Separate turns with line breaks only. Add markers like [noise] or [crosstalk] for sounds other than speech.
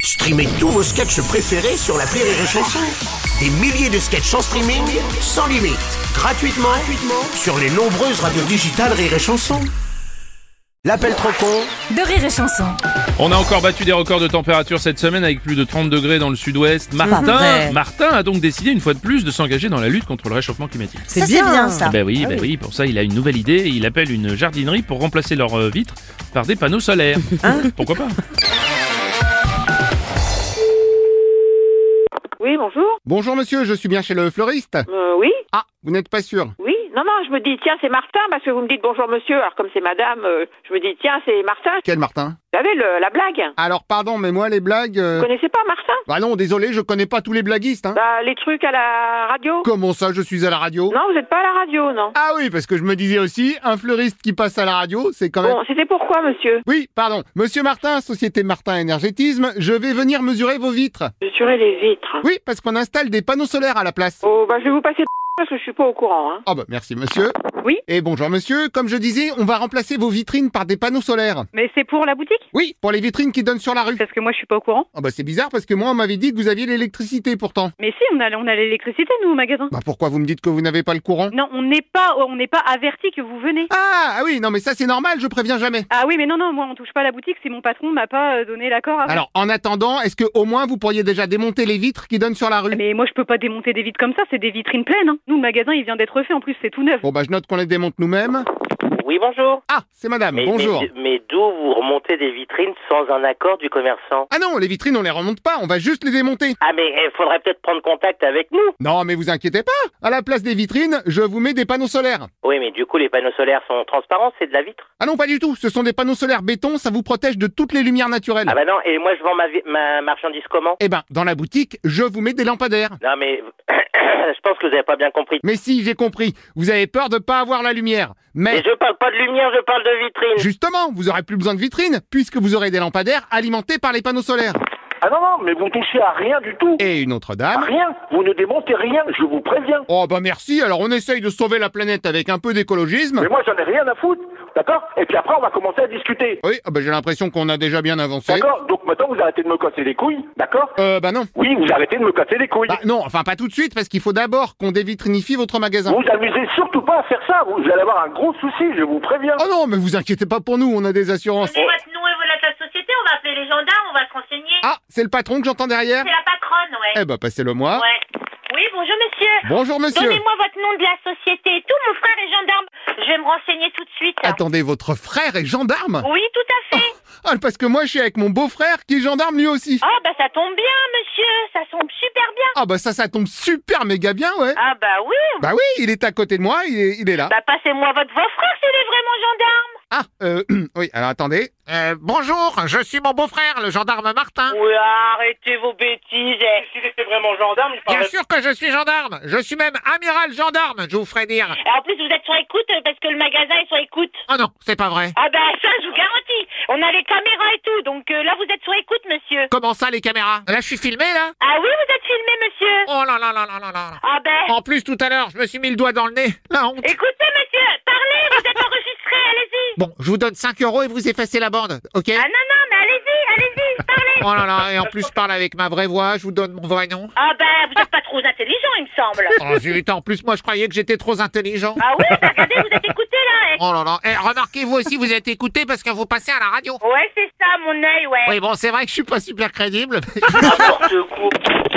Streamez tous vos sketchs préférés sur la Rire et Chanson. Des milliers de sketchs en streaming, sans limite, gratuitement, gratuitement sur les nombreuses radios digitales Rire et Chanson. L'appel trop con
de rire et chanson.
On a encore battu des records de température cette semaine avec plus de 30 degrés dans le sud-ouest. Martin,
vrai.
Martin a donc décidé une fois de plus de s'engager dans la lutte contre le réchauffement climatique.
C'est
Ça,
bien,
c'est bien,
ça. Ah
Ben oui, ben oui, pour ça il a une nouvelle idée, il appelle une jardinerie pour remplacer leurs euh, vitres par des panneaux solaires.
Hein
Pourquoi pas
Oui, bonjour.
Bonjour monsieur, je suis bien chez le fleuriste.
Euh, oui,
Ah, vous n'êtes pas sûr
oui. Non, non, je me dis, tiens, c'est Martin, parce que vous me dites bonjour monsieur, alors comme c'est madame, euh, je me dis, tiens, c'est Martin.
Quel Martin
Vous savez, le- la blague.
Alors pardon, mais moi les blagues...
Vous
euh,
connaissez pas Martin
Ah non, désolé, je connais pas tous les blaguistes. Hein.
Bah, les trucs à la radio
Comment ça, je suis à la radio
Non, vous n'êtes pas à la radio, non.
Ah oui, parce que je me disais aussi, un fleuriste qui passe à la radio, c'est quand même...
Bon, c'était pourquoi, monsieur
Oui, pardon. Monsieur Martin, Société Martin Énergétisme, je vais venir mesurer vos vitres.
Mesurer les vitres.
Oui, parce qu'on installe des panneaux solaires à la place.
Oh, bah, je vais vous passer [laughs] parce que je suis pas au courant, hein.
Ah bah merci monsieur.
Oui.
Et bonjour monsieur, comme je disais, on va remplacer vos vitrines par des panneaux solaires.
Mais c'est pour la boutique
Oui, pour les vitrines qui donnent sur la rue.
Parce que moi, je suis pas au courant.
Ah bah c'est bizarre parce que moi on m'avait dit que vous aviez l'électricité pourtant.
Mais si, on a, on a l'électricité, nous, au magasin.
Bah pourquoi vous me dites que vous n'avez pas le courant
Non, on n'est pas, on n'est pas averti que vous venez.
ah, ah oui, non mais ça c'est normal, je préviens jamais.
Ah oui, mais non, non, moi, on touche pas à la boutique. C'est mon patron m'a pas euh, donné l'accord. avant.
Alors en attendant, est-ce que au moins vous pourriez déjà démonter les vitres qui donnent sur la rue
Mais moi, je peux pas démonter des vitres comme ça. C'est des vitrines pleines. hein. Nous, le magasin, il vient d'être refait. En plus, c'est tout neuf.
Bon bah je note qu'on les démonte nous-mêmes.
Oui, bonjour.
Ah, c'est madame,
Mais,
bonjour.
mais- mais d'où vous remontez des vitrines sans un accord du commerçant
Ah non, les vitrines on les remonte pas, on va juste les démonter.
Ah, mais il faudrait peut-être prendre contact avec nous.
Non mais vous inquiétez pas, à la place des vitrines, je vous mets des panneaux solaires.
Oui, mais du coup, les panneaux solaires sont transparents, c'est de la vitre.
Ah non, pas du tout, ce sont des panneaux solaires béton, ça vous protège de toutes les lumières naturelles.
Ah bah non, et moi, je vends ma, vi- ma marchandise comment
Eh ben, dans la boutique, je vous mets des lampadaires.
Non, mais [coughs] je pense que vous n'avez pas bien compris.
Mais si, j'ai compris, vous avez peur de pas avoir la lumière. Mais
Et je parle pas de lumière, je parle de vitrine.
Justement, vous aurez plus besoin de vitrines, puisque vous aurez des lampadaires alimentés par les panneaux solaires.
Ah non, non, mais vous touchez à rien du tout.
Et une autre dame.
Rien. Vous ne démontez rien, je vous préviens.
Oh bah merci, alors on essaye de sauver la planète avec un peu d'écologisme.
Mais moi, j'en ai rien à foutre. D'accord Et puis après, on va commencer à discuter.
Oui, ah bah j'ai l'impression qu'on a déjà bien avancé.
D'accord Donc maintenant, vous arrêtez de me casser les couilles. D'accord
Euh bah non.
Oui, vous arrêtez de me casser les couilles.
Bah non, enfin pas tout de suite, parce qu'il faut d'abord qu'on dévitrinifie votre magasin.
Oh.
Vous vous amusez surtout pas à faire ça. Vous allez avoir un gros souci, je vous préviens.
Oh non, mais vous inquiétez pas pour nous, on a des assurances.
Donnez-moi ce nom et voilà de la société, on va appeler les gendarmes, on va se renseigner.
Ah, c'est le patron que j'entends derrière
C'est la patronne, ouais.
Eh bah passez-le moi.
ouais. Oui, bonjour monsieur.
Bonjour monsieur.
Donnez-moi votre nom de la société et tout, mon frère est gendarme. Je vais me renseigner tout de suite.
Attendez, votre frère est gendarme
Oui, tout à fait.
Ah, parce que moi je suis avec mon beau-frère qui est gendarme lui aussi.
Ah bah ça tombe bien monsieur, ça tombe super bien.
Ah bah ça, ça tombe super méga bien, ouais.
Ah bah oui,
Bah oui, il est à côté de moi, il est, il est là.
bah passez-moi votre beau frère s'il est vraiment gendarme.
Ah, euh, [clears throat] oui, alors attendez. Euh, bonjour, je suis mon beau-frère, le gendarme Martin.
Oui, arrêtez vos bêtises. eh.
Si c'était vraiment gendarme, je
Euh,
Bien sûr que je suis gendarme, je suis même amiral gendarme, je vous ferai dire.
Et En plus vous êtes sur écoute euh, parce que le magasin est sur écoute.
Oh non, c'est pas vrai.
Ah bah ça je vous garantis, on a les caméras et tout, donc euh, là vous êtes sur écoute monsieur.
Comment ça, les caméras Là, je suis filmé, là
Ah oui vous êtes filmé monsieur.
Oh là là là là là là.
Ah ben...
En plus, tout à l'heure, je me suis mis le doigt dans le nez. La honte.
Écoutez, monsieur, parlez, vous êtes enregistré, allez-y.
Bon, je vous donne 5 euros et vous effacez la bande, ok
Ah non, non, mais allez-y, allez-y, parlez.
Oh là là, et en plus, je parle avec ma vraie voix, je vous donne mon vrai nom.
Ah ben, vous êtes pas trop intelligent, il me semble.
Oh zut, en plus, moi, je croyais que j'étais trop intelligent.
Ah oui, bah, regardez, vous êtes écouté là.
Oh là là. Eh, remarquez, vous aussi, vous êtes écouté parce que vous passez à la radio.
eh. Ouais, c'est ça, mon œil, ouais.
Oui, bon, c'est vrai que je suis pas super crédible.
N'importe quoi.